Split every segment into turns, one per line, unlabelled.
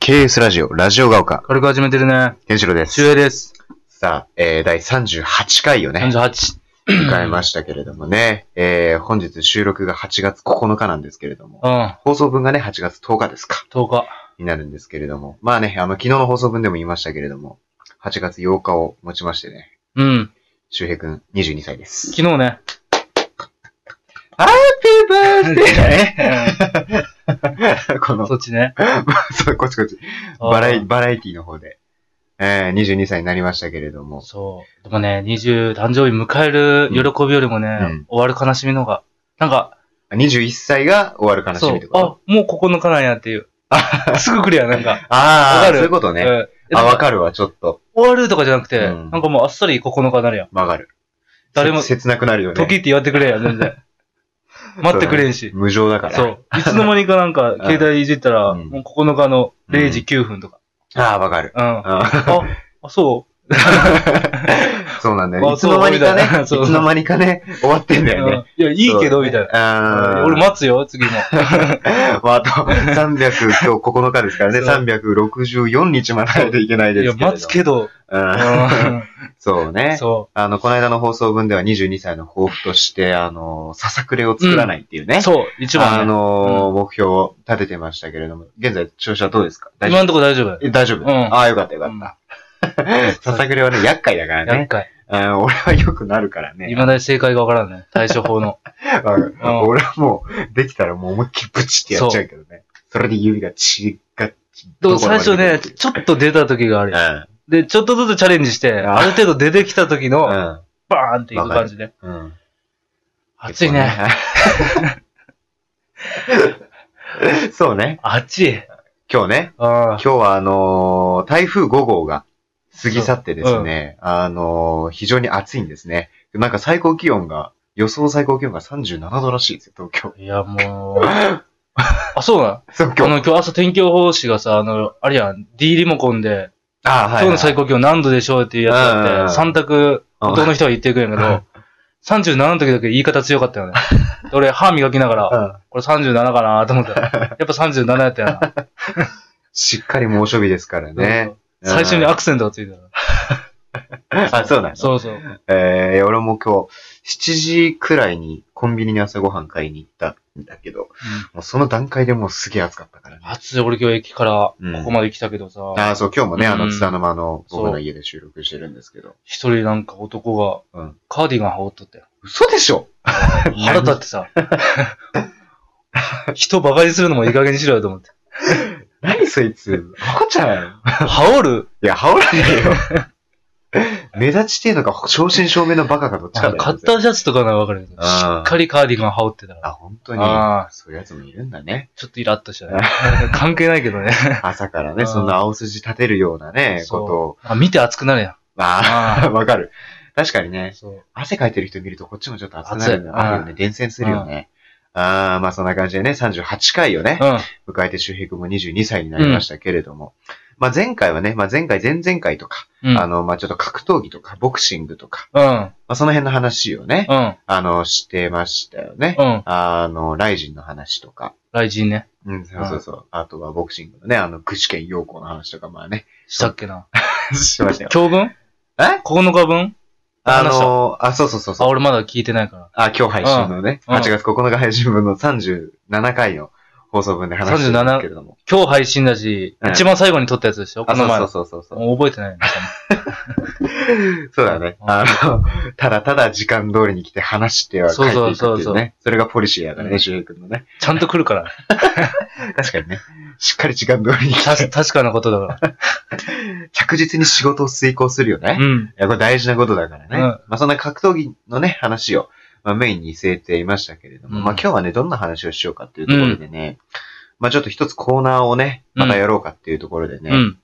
KS ラジオ、ラジオが丘、
軽く始めてるね。
ケンシロウで
中
す。
英です。
さあ、えー、第38回をね、
38。
迎えましたけれどもね、えー、本日収録が8月9日なんですけれども、
うん、
放送分がね、8月10日ですか、
10日。
になるんですけれども、まあね、あの、昨日の放送分でも言いましたけれども、8月8日をもちましてね、
うん。
周平くん22歳です。
昨日ね。
Happy birthday! この、
そっちね。
そう、こっちこっち、バラエバラエティの方で、えー、22歳になりましたけれども、
そう。でもね、20、誕生日迎える喜びよりもね、
うん
終わる悲しみの方が。なんか、
21歳が終わる悲し
そ
み
う
って。こと
あ、もう9日なんやっていう。 すぐ来るやん、なんか。
あ
わ
あ、
かる
そういうことね。
うん
あ、わかるわ、ちょっと。
終わるとかじゃなくて、
うん
なんかもうあっさり9日になるやん。
わかる。
誰も
せ切なくなるよね。
時って言われてくれやん、全 然。待ってくれんし。
無情だから。
そ。う。いつの間にかなんか、携帯いじったら、
うん
もう9日の0時9分とか。
ああ、わかる。
うん。あ、
あ
あそ
ー
う
そうなんだよ。
あ
いつの間にかね、
そ う
いつの間にかね、終わってんだよね。
いや、いいけど、みたい
な
な。俺待つよ、次も。
まあ、あと、300、今日9日ですからね、
そう
364日待たないといけないで
いや、
すけれど。
待つけど。
うんそうね。
そ
あの、この間の放送分では22歳の抱負として、あの、ささくれを作らないっていうね。
う。そう、一
あ
番ね。
のー目標を立ててましたけれども、現在調子はどうですか大丈夫
今のとこ大丈夫。
え大丈夫、
うん
ああ、よかったよか
う
っ
ん
た。 ささくれはね、厄介だから
厄
ね。
介。
うん俺は良くなるからね。
いまだに正解がわからんね。対処法の。
まあ 俺はもう、できたらもう思いっきりブチってやっちゃうけどね。それで指が血が、
でも最初
ど
ね、ちょっと出た時があ
こ
るよ。
ま
で、ちょっとずつチャレンジして、
あ
ある程度出てきた時
で
の、
うん。
バーンっていく感じね。
うん。うん。
熱いね。
結構ね。そうね。
熱い。
今日ね。
ああ
今。日はあのー台風5号が過ぎ去ってですね、あのー非常に暑いんですね。なんか最高気温が、予想最高気温が37度らしいですよ、東京。
いや、もう。 あ、そうなん
そう、
あ
今日。
の、今日朝天気予報士がさ、あの、あれやん、D リモコンで、
ああ、はい、はい。
今日の最高気温何度でしょうっていうやつ
うんうん
あ
うん
って、三択、
うん
男の人は言ってくれるん
う
や
ん
けど、37の時だけ言い方強かった よね。で俺、歯磨きながら、
うん
これ37かなと思ったら、やっぱ37やったよな。
しっかり猛暑日ですから ね。
そうそう最初にアクセントがついてた。
あ、そうなん
そうそう。
えー、俺も今日、7時くらいにコンビニに朝ごはん買いに行ったんだけど、もうその段階でもうすげえ暑かったからね。
暑い、俺今日駅からここまで来たけどさ、
ああ、そう、今日もね、あ
う
の、
ん
津田沼の
そう
僕の家で収録してるんですけど。
一人なんか男
う
が
ん、
カーディガン羽織っとったよ。
嘘でしょ
腹立ってさ、 人バカにするのもいい加減にしろよと思って。
何そいつ赤ち ゃん
羽織る
いや、羽織らないよ。 目立ちてえのか、正真正銘のバカかどっちかだよ。
カッターシャツとかならわかるけど、し
あー
っかりカーディガン羽織ってたから
あ、本当に。
あ
そういうやつもいるんだね。
ちょっとイラッとしたね。関係ないけど ね。
朝から
う
ね、
ん
そんな青筋立てるようなね、
そ
こ
う
とを。
あ見て熱くなるやん。
あ
あ
あ、 わかる。確かにね、
そう。
汗かいてる人見るとこっちもちょっと熱くなる
熱い
のあるよね。伝染するよね。ああ、まあそんな感じでね、38回をね、
うん。
迎えて周平君も22歳になりましたけれども。まあ前回はね、まあ前回、前々回とか、
うん。
あの、まあちょっと格闘技とか、ボクシングとか、
うん。
まあその辺の話をね、
うん。
あの、してましたよね。
うん。
あの、ライジンの話とか。
ライジンね。
うん、そうそうそう。あとはボクシングのね、あの、具志堅用高の話とか、まあね、
したっけな。
しましたよ。
今日分
え
?9 日分
あ
話した
の、あ、そうそうそう
あ、
そう。
俺まだ聞いてないか
あ、今日配信のね、
うんうん
8月9日配信分の37回の放送分で話してるんですけれども。
ら。今日配信だし
うん、
一番最後に撮ったやつでしょこ
あ、そ
の
う
前
そう
の。
そうそうそう。
もう覚えてないよね。
そうだね。
うん
あの、ただただ時間通りに来て話しては帰っていくっていうね。
そうそうそうそう
それがポリシーやから
う
ね、
ん
周平君のね。
ちゃんと来るから。
確かにね。しっかり時間通りに来
た
て、
確かなことだか
着実に仕事を遂行するよね
ら。。うん。
いや、これ大事なことだからね。
うん
まあ、そんな格闘技のね、話を、まあ、メインに据えていましたけれども、
うん
まあ、今日はね、どんな話をしようかっていうところでね、まあ、ちょっと一つコーナーをね、またやろうかっていうところでね、
うん。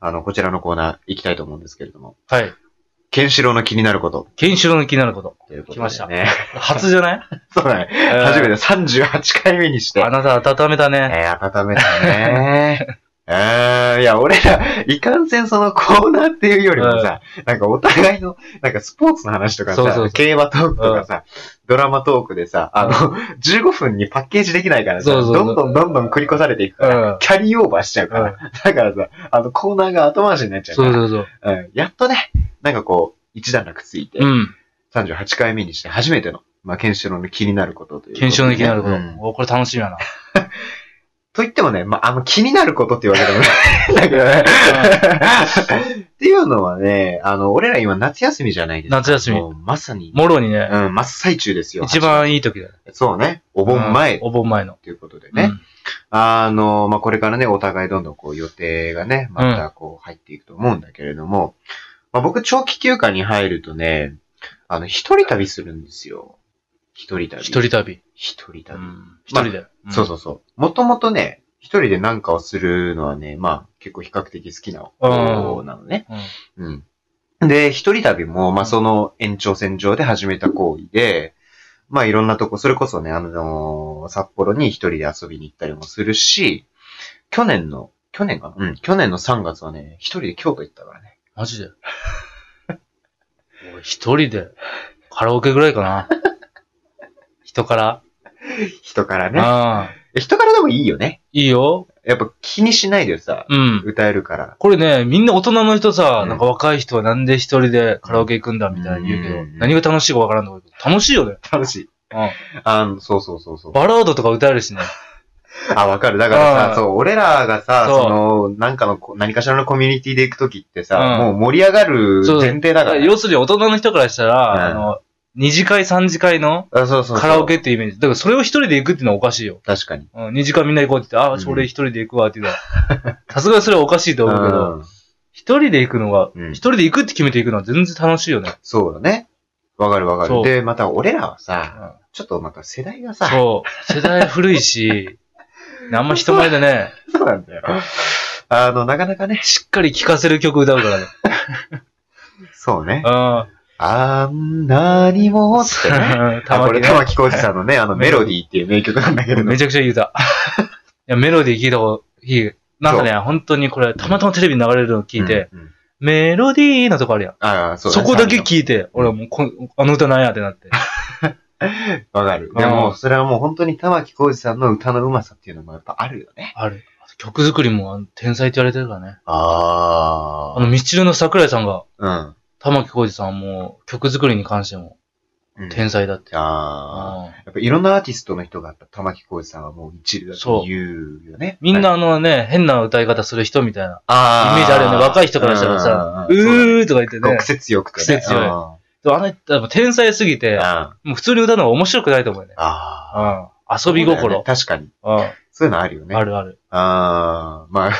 あの、こちらのコーナー行きたいと思うんですけれども、
はい。
ケンシロウの気になること
ケンシロウの気になること。
ということで、ね。
来ました。
ね。
初じゃない
そうだね。初めて38回目にして
あ、なた温めたね。
えー、温めたね。 あーいや、俺ら、いかんせんそのコーナーっていうよりもさ、なんかお互いの、なんかスポーツの話とかさ、
そうそうそう
競馬トークとかさ、ドラマトークでさ、あの、15分にパッケージできないからさ、
そうそうそう
どんどんどんどん繰り越されていくから、
うん。
キャリーオーバーしちゃうから、だからさ、あのコーナーが後回しになっちゃうか
そ
ら
う、そうそう。
うんやっとね、なんかこう、一段落ついて、
うん。
38回目にして初めての、まあ、検証の気になることということでね、
検証の気になること。
うん
おこれ楽しみやな。
と言ってもね、まあ、あの、気になること っていうわけでもないんだけどね。 っていうのはね、あの、俺ら今夏休みじゃないですか。
夏休み
もうまさに、
もろにね、
うん、真っ最中ですよ。
一番いい時だよ。
そうね、お盆前
うんお盆前の。
ということでね。あの、まあ、これからね、お互いどんどんこう予定がね、またこう入っていくと思うんだけれども、まあ、僕長期休暇に入るとね、あの、一人旅するんですよ。一人
うん。
旅。
一人旅。
一人
う
旅。
ん一人だよ。
そうそうそう。もともとね、一人で何かをするのはね、まあ、結構比較的好きな方なのね。
うん。
うん。で、一人旅も、まあ、その延長線上で始めた行為で、まあ、いろんなとこ、それこそね、あのー札幌に一人で遊びに行ったりもするし、去年の、去年かなうん、去年の3月はね、一人で京都行ったからね。
マジで。 俺一人で、カラオケぐらい かな。人から。
人からね。
ああ。
人からでもいいよね。
いいよ。
やっぱ気にしないでさ、
うん。
歌えるから。
これね、みんな大人の人さ、
うん
なんか若い人はなんで一人でカラオケ行くんだみたいに言うけど、
うん
何が楽しいかわからんとけど、楽しいよね。
楽しい。
う。。
あの、そうそうそうそうん
バラードとか歌えるしね。
あ、わかる。だから
う
さ、
ん
そう、俺らがさ、
そう
その、なんかのこ、何かしらのコミュニティで行くときってさ、
うん
もう盛り上がる前提だから。
要するに大人の人からしたら、
うん
あの、二次会、三次会の
あそうそうそう
カラオケってイメージ。だからそれを一人で行くっていうのはおかしいよ。
確かに。
うん、二次会みんな行こうって言って、あ
う
あ、
ん
それ一人で行くわって言うから。さすがにそれはおかしいと思うけど、
うん
一人で行くのが、
うん
一人で行くって決めて行くのは全然楽しいよね。
そうだね。わかるわか
そう
る。で、また俺らは
う
さ、
ん
ちょっとまた世代がさ、
そう。世代古い し、あんま人前でね、
そうなんだよ。あの、なかなかね、
しっかり聴かせる曲歌うからね。
そうね。
うん
あんなにもってね。あ
玉
こ
木
れ、
ね
玉木浩二さんのね、あの、メロディーっていう名曲なんだけれど
め。ちゃくちゃいい 歌。いや、メロディー聞いた方がいい。なんかね、本当にこれ、たまたまテレビに流れるのを聞いて、
うん。うん
メロディーのとこあるやん。
ああ、そ
そう
ね
こだけ聞いて、俺はもうこ、あの歌なんやってなって。
わかる。
うん
でも、それはもう本当に玉置浩二さんの歌のうまさっていうのもやっぱ あるよね。
ある。曲作りもあの天才って言われてるからね。
あ
あの、ミスチルの桜井さんが、
あ。
玉置浩二さんはもう曲作りに関しても
うん。
天才だって。
ああ。
うん
やっぱいろんなアーティストの人がやっぱ玉置浩二さんはもう一流だと言うよね。
みん
はい、
なあのね、変な歌い方する人みたいなイ
あ
メージあるよね。若い人からしたらさ、うーとか言って
ー
ね。
癖強くて、ね。
癖強
う
い
ん
でもあの人多分天才すぎて、
あ
もう普通に歌うのが面白くないと思うよね。
あ。
うん。遊び
そうだよ
心
ね。確かに。
う
そういうのあるよね。
ん。あ
る。
るある。
ああ。まあ、
何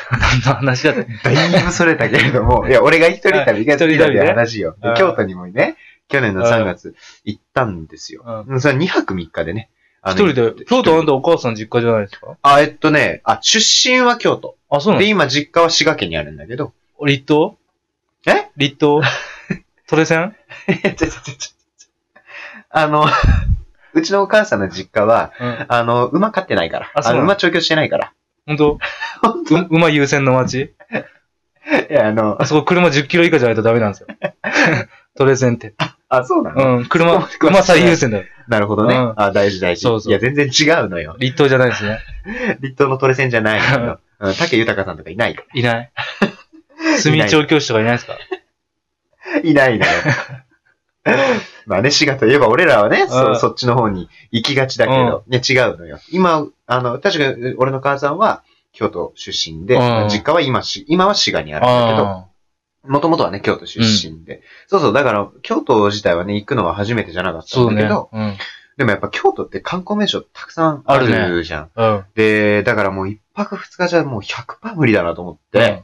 の話だって。
だいぶそれたけれども、いや、俺が一人旅が好きだっていう話よ。
うん
で京都にもね、去年の3月行ったんですよ。
う
う
ん
ん、それ2泊3日でね。あ
一
の
人で、京都あんたお母さん実家じゃないですか
あ、えっとね、あ、出身は京都。
あ、そうなの
で、今実家は滋賀県にあるんだけど。
立東
え
立東 トレセン
ちょちょちょちょあの、 うちのお母さんの実家は、
うん。
あの、馬飼ってないから。
あ
あ
そうな
の
の
馬調教してないから。
本当
本
う、馬優先の街
いや、あの、
あそこ車10キロ以下じゃないとダメなん ですよ。トレセンって。
あ、そうなの、
うん、車
そ、こ
馬最優先だよ。
なるほどね。
うん
あ、大事大事。
そうそ
い
う
や、全然違うのよ。
立東じゃないですね。
立東のトレセンじゃないんだけ ど。うん、竹豊さんとかいないか。
い ない。住調教師とかいないですから
いないの よ。まあね、滋賀といえば俺らはね、
う
そ
ん
そっちの方に行きがちだけど、いや違うのよ。今、あの、確かに俺の母さんは京都出身で、
うん
実家は今し、今は滋賀にあるんだけど、
あ
もともとはね、京都出身で。そうそう、だから、京都自体はね、行くのは初めてじゃなか
ー
った
そ
んだ
うね。
けど、
うん。
でもやっぱ京都って観光名所たくさんあ
ある
るじゃん。
うん。
で、だからもう一泊二日じゃもう100%無理だなと思って、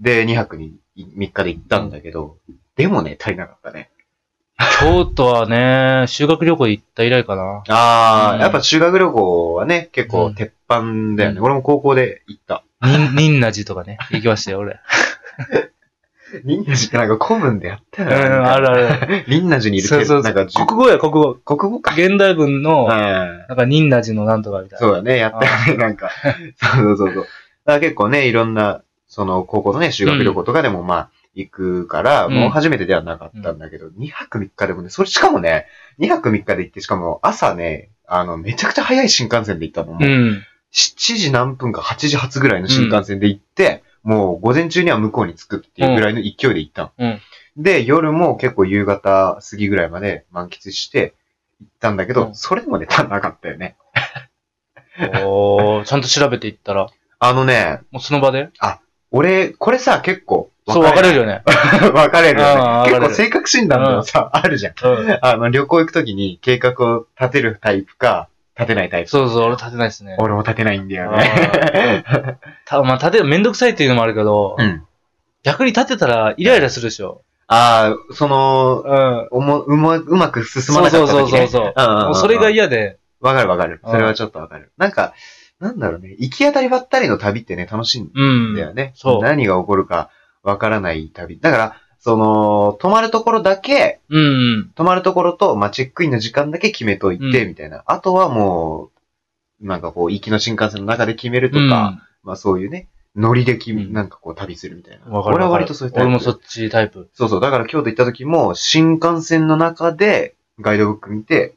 で、二泊に3日で行ったんだけど、でもね、足りなかったね。
京都はね、修学旅行行った以来かな。
あー、
うん
やっぱ修学旅行はね、結構鉄板だよね。
うん
俺も高校で行った。
に、仁和寺とかね、行きましたよ、俺。
忍者ってなんか古文でやった
う
よ
ん、
ね。
あるある。
忍者にいる
そう
け
そ
ど、
うそ
なんか
う。
じゅ
国語や、国語。
国語か。
現代文の、
うん
なんか、仁和寺のなんとかみた いな。
そうだね、やったよね、なんか。そうそうそうそう。から結構ね、いろんな、その高校のね、修学旅行とかでもまあ、行くから、
うん
もう初めてではなかったんだけど、2泊3日でもね、それしかもね、2泊3日で行って、しかも朝ね、あの、めちゃくちゃ早い新幹線で行ったの。もう
うん。
7時何分か8時発ぐらいの新幹線で行って、もう午前中には向こうに着くっていうぐらいの勢いで行ったの。
うん
で、夜も結構夕方過ぎぐらいまで満喫して行ったんだけど、
うん
それでもね、足んなかったよね。
おー、ちゃんと調べていったら、
あのね、
もうその場で
俺、これさ、結構
そう、分かれ
る。
るよね。
分かれるよね。
ああ
結
分かれ
構
る
性格診断でもさ、あるじゃん。
うん
あの、旅行行くときに計画を立てるタイプか、立てないタイプ。
そうそう、俺立てないですね。
俺も立てないんだよね。
あた まあ、立てる、めんどくさいっていうのもあるけど、
うん。
逆に立てたらイライラするでしょ。
ああ、その、
うん。
おも、うま、うまく進まなかった時、ね。
そうそうそうそう
うんんんん
もうそれが嫌で、
わかるわかる。
うん
それはちょっとわかる。なんか、なんだろうね。行き当たりばったりの旅ってね、楽しいん
うん。
だよね。
そう
何が起こるかわからない旅。だから、その、泊まるところだけ、
うん。
泊まるところと、まあ、チェックインの時間だけ決めといて、
うん
みたいな。あとはもう、なんかこう、行きの新幹線の中で決めると
うん。
か、まあそういうね、ノリでき、
うん
なんかこう旅するみたいな。
わかるわかる
俺は割とそういうタイプ。
俺もそっちタイプ。
そうそう。だから京都行った時も、新幹線の中でガイドブック見て、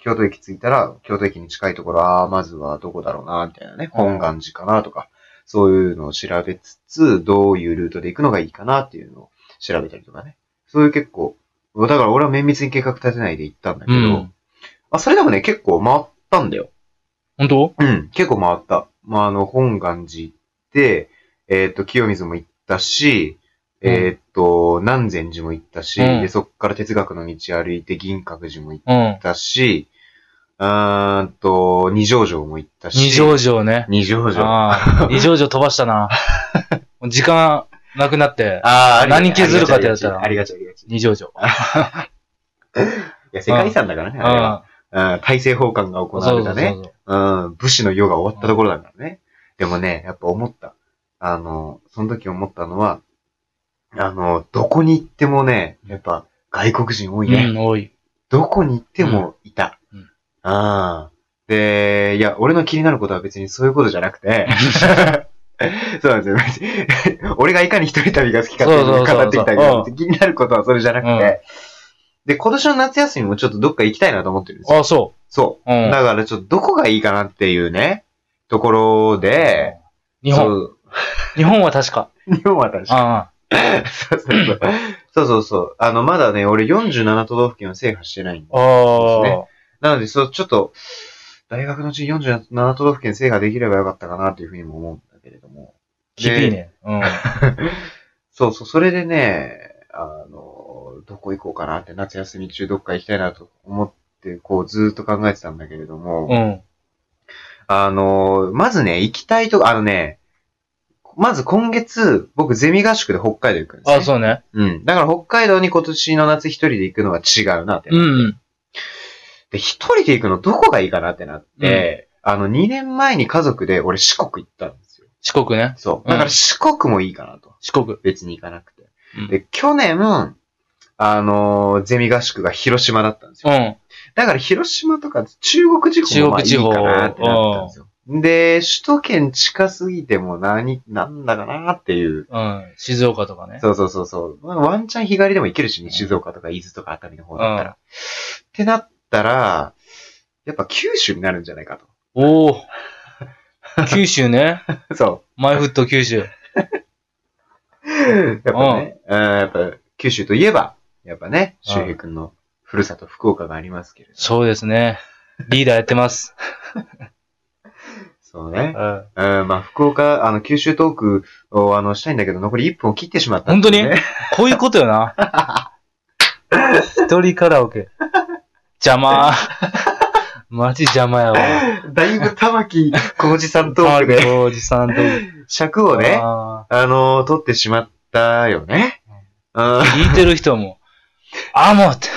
京都駅着いたら、京都駅に近いところ、ああ、まずはどこだろうな、みたいなね。
うん
本願寺かな、とか、そういうのを調べつつ、どういうルートで行くのがいいかな、っていうのを調べたりとかね。そういう結構、だから俺は綿密に計画立てないで行ったんだけ
う
ど、
ん。
あ、それでもね、結構回ったんだよ。
本当
うん、結構回った。まあ、あの、本願寺行って、えっ、と、清水も行ったし、
うん
えっ、と、南禅寺も行ったし、
うん
で、そっから哲学の道歩いて銀閣寺も行っ
うん。
たし、うーんと、二条城も行ったし、
二条城ね。
二条城。あ
ああ、二条城飛ばしたな。もう時間なくなって、
あー、ありがち
何削るかってやったら
ありがちありがち。ありがち
二条城。
いや、世界遺産だからね、
う
あれは。
ん。
うん、大政奉還が行わ
そ
れ
うそ
た
う
ね。
そう。
うん、武士の世が終わったところだからね。でもね、やっぱ思った。あの、その時思ったのは、あの、どこに行ってもね、やっぱ外国人多いね。
うん、多い。
どこに行ってもいた。
うんうん
ああ。で、いや、俺の気になることは別にそういうことじゃなく て、そうなんですよ 別に。俺がいかに一人旅が好きかっていうのを語ってきたけ
そうそうそう
ど、
そう
気になることはそれじゃなくて、
うん
で、今年の夏休みもちょっとどっか行きたいなと思ってるんですよ。
ああ、そ
そう。
う。うん。
だからちょっとどこがいいかなっていうね、ところで、
日本。
そう
日本は確か。
日本は確か
あ
そうそうそう。そうそうそう。あの、まだね、俺47都道府県を制覇してないん
あ。
だ。
ああ。
なので、そう、ちょっと、大学のうちに47都道府県制覇できればよかったかなというふうにも思うんだけれども。
厳しいね。うん。
そうそう、それでね、あの、どこ行こうかなって、夏休み中どっか行きたいなと思って、こう、ずーっと考えてたんだけれども、
うん。
あのー、まずね、行きたいとこ、あのね、まず今月、僕ゼミ合宿で北海道行くんです、ね。
あ、そうね。
うん。だから北海道に今年の夏一人で行くのは違うなってなって。
うん。
で、一人で行くのどこがいいかなってなって、あの、2年前に家族で俺四国行ったんですよ。
四国ね。
そう。
うん
だから四国もいいかなと。
四国。
別に行かなくて。
うん
で、去年、あのーゼミ合宿が広島だったんですよ。
うん。
だから広島とか中国地方もまあいいかなってなったんですよ。で、首都圏近すぎても何、なんだかなっていう。
うん。静岡とかね。
そうそうそうそう。まあワンチャン日帰りでも行けるしね、静岡とか伊豆とか熱海の方だったら。ってなったら、やっぱ九州になるんじゃないか
おお。九州ね。
と。 そ
マイフット九州。
う。やっぱね、うんやっぱ九州といえば、やっぱね、
うん
周平君のふるさと福岡がありますけれど。
そうですね。リーダーやっ てます。
そう
う
ね。
ん。
うん、まあ福岡、あの九州トークをあのしたいんだけど、残り1分を切ってしまったっていうね、
本当にこういうことよな。一人カラオケ。邪魔。マジ邪魔やわ。
だいぶ玉木浩二さんトーク
パー
で
クおじさんと。
尺をね、
あ
あのー取ってしまったよね。うん
ー、聞いてる人も。あ、もうって。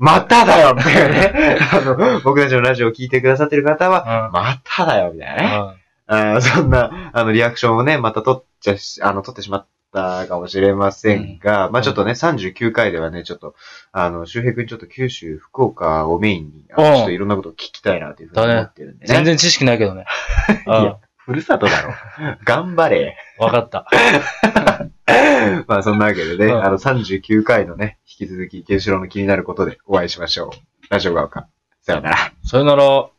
まただよみたいなね。あの、僕たちのラジオを聞いてくださってる方は、
うん
まただよみたいなね。
うん
あーそんな、あの、リアクションをね、また取っちゃし、あの、取ってしまったかもしれませんが、まあちょっとね、39回ではね、ちょっと、あの、周平君ちょっと九州、福岡をメインに、あの
うん
ちょっといろんなことを聞きたいなというふうに思ってるんでね。
全然知識ないけどね。
いや
うん
ふるさとだろ。頑張れ。
わかった。
まあそんなわけでね、
うん
あの39回のね、引き続き、ケンシロウの気になることでお会いしましょう。ラジオが丘。さよなら。
さよなら。